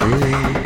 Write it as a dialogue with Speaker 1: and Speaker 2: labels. Speaker 1: Really?